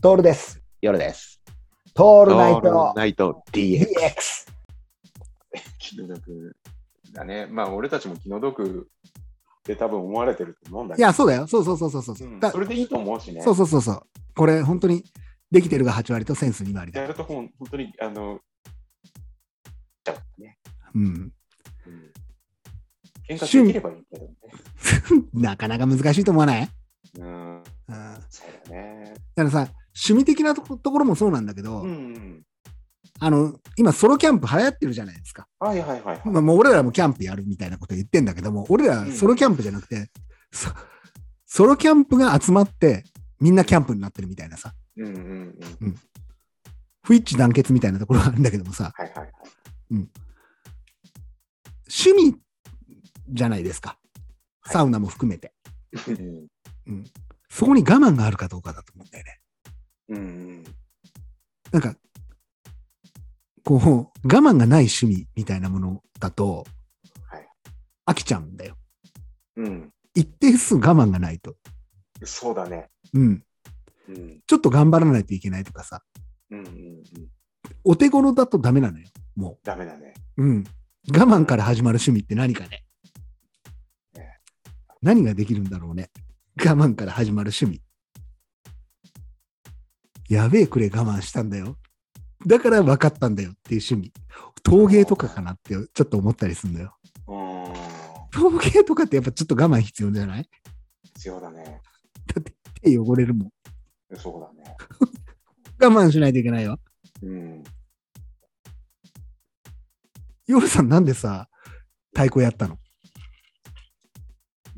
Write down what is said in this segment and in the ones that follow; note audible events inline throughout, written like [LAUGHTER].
トールです。夜です。トオールナイトナイト DX。 DX。気の毒だね。まあ、俺たちも気の毒って多分思われてると思うんだいけど、や、そうだよ。そうそうそうそうそうう、んだそれでいいと思うしね。そうそうそうそう。これ、本当に、できてるが8割とセンス2割だや。るとほん本当に、あの、ちゃうね。うん。うん喧嘩できればいいけどね。なかなか難しいと思わない、うん、うん、だかそうだね。らさ、趣味的なとこところもそうなんだけど、うん。あの、今、ソロキャンプ流行ってるじゃないですか。はいはいはい、はい。まあ、もう俺らもキャンプやるみたいなこと言ってんだけども、俺らソロキャンプじゃなくて、そソロキャンプが集まって、みんなキャンプになってるみたいなさ、うんうんうん。不一致団結みたいなところがあるんだけどもさ、はいはいはい。趣味じゃないですか。サウナも含めて。うんそこに我慢があるかどうかだと思うんだよね。うんうん。なんか、こう、我慢がない趣味みたいなものだとはい、飽きちゃうんだよ。うん。一定数我慢がないと。そうだね。うん。うん。ちょっと頑張らないといけないとかさ、うんうんうん。お手頃だとダメなのよ。もダメだね。う。うん。我慢から始まる趣味って何かねね。何ができるんだろうね。我慢から始まる趣味。やべえくれ我慢したんだよ。だから分かったんだよっていう趣味。陶芸とかかなってちょっと思ったりするんだよ。うん。陶芸とかってやっぱちょっと我慢必要じゃない必要だね。手汚れるもん。そうだね。我慢しないといけないよ。うん。夜さんなんでさ、太鼓やったの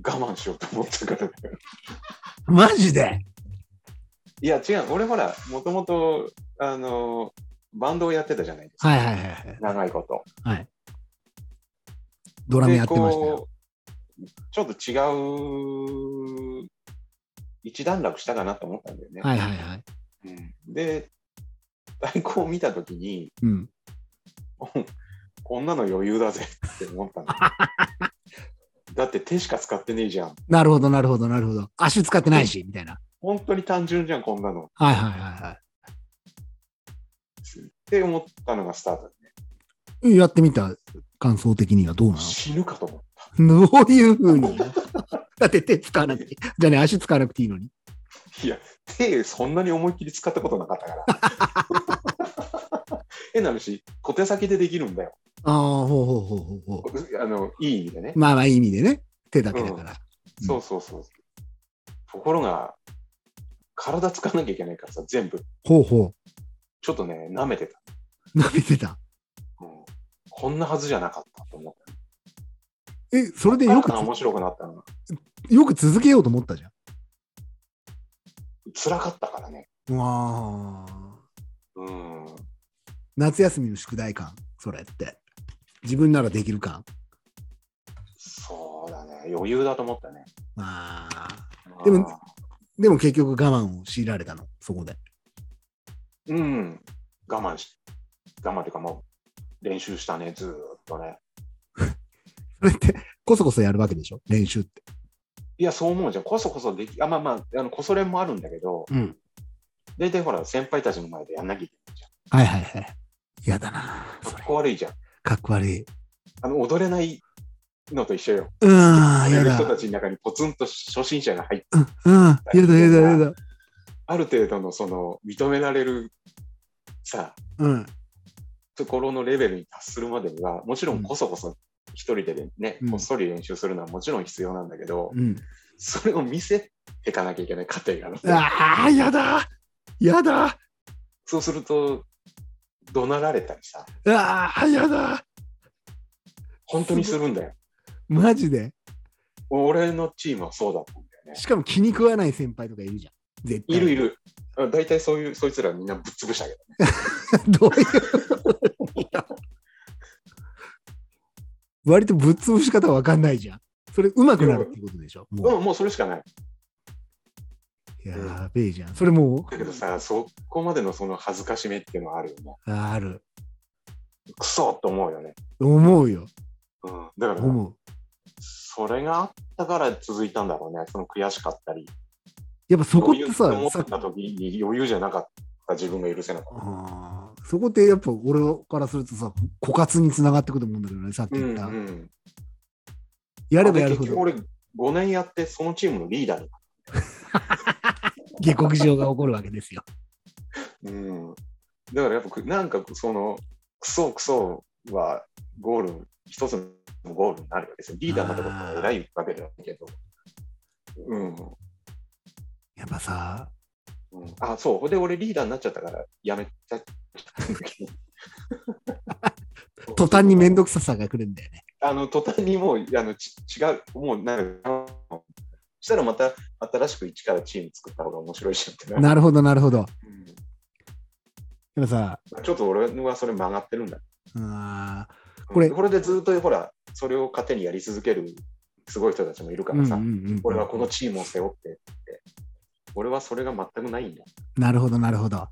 我慢しようと思ったからね。マジでいや違う、俺ほら、もともと、あの、バンドをやってたじゃないですか。はいはいはいはい。長いこと。はい。ドラムやってましたよ。こうちょっと違う、一段落したかなと思ったんだよね。はいはいはい。うんで、太鼓を見たときに、うん。こんなの余裕だぜって [LAUGHS] 思ったんだよ。だって手しか使ってねえじゃん。なるほどなるほどなるほど。足使ってないし、みたいな。本当に単純じゃん、こんなの。はいはいはって思ったのがスタートだね。いはい。やってみた感想的にはどうな死ぬかと思っのどういうふうに [LAUGHS] だって手使わなくて。じゃあね、足使わなくていいのに。た。いや、手そんなに思いっきり使ったことなかったから。 [LAUGHS] 変な話、小手先でできるんだよ。ああ、ほうほうほうほうほあの、いい意味でねう。。まあまあいい意味でね。手だけだから。んそうそうそう。ところが、体使わなきゃいけないからさ、全部。ほうほちょっとね、舐めてた。う。舐めてた。うんこんなはずじゃなかったと思っえ、それでて。よよくく面白くなったの。つ、よく続けようと思ったじゃん。辛かったからね。うわあ。うん。夏休みの宿題感、それって。自分ならできる感。そうだね。余裕だと思ったね。まあ。うんでも、でも結局我慢を強いられたの、そこで。うん。我慢し、我慢っていうかもう、練習したね、ずーっとね。それって、こそこそやるわけでしょ練習って。いや、そう思うじゃん。こそこそでき、あ、まあまあ、あの、こそ練もあるんだけど、うん。大体ほら、先輩たちの前でやんなきゃいけないじはいはいはい。嫌だなゃん。そかれっ。こ悪いじゃん。かっこ悪い。うあの、踊れないのと一緒よ。ーん、ややるだ。人たちの中にポツンと初心者が入って、うん、うん、やだやだやだ。ある程度のその、認められる、さ、うん、ところのレベルに達するまでには、もちろんこそこそ一人でね、うんこっそり練習するのはもちろん必要なんだけど、うん。それを見せていかなきゃいけない過程があるんだよああ、やだやだそうすると、怒鳴られたりさ、ああ、やだ本当にするんだよ。マジで。俺のチームはそうだったんだよね。しかも気に食わない先輩とかいるじゃん。絶対。いるいる。る。あ大体そういう、そいつらみんなぶっ潰したけ [LAUGHS] どど。ういう。割とぶっ潰し方わかんないじゃん。それ上手くなるっていうことでしょ。もううん、もうそれしかない。やべえじゃん。それもだけどさ、そこまでのその恥ずかしめっていうのはあるよね。う、ある。クソと思うよね。思うよ。うん。だから、思う。それがあったから続いたんだろうね。その悔しかったり。やっぱそこってさ、思っさた時に余裕じゃなかった自分が許せなかっあた。ーそこってやっぱ俺からするとさ、枯渇につながってくると思うんだけどね、さっき言った。ん、やればやるでほ結局ど俺5年やってそのチームのリーダーに、下克上が起こるわけですよ。うん、だからやっぱくなんかそのクソクソはゴール一つのゴールになるわけですよリーダーのところが偉いわけではないけどうん、やっぱさ、うん、あそうほんで俺リーダーになっちゃったからやめちゃったんだけど [LAUGHS] 途端に面倒くささが来るんだよね。あの途端にもうあのち違う、もうなんか、したらまた新しく一からチーム作った方が面白いじゃんってなるなるほど、なるほど。うでもさ、んちょっと俺はそれ曲がってるんだ。あーこれうんこれでずっとほら、それを糧にやり続けるすごい人たちもいるからさ、うん俺はこのチームを背負ってって、俺はそれが全くないんだ。なるほど、なるほど。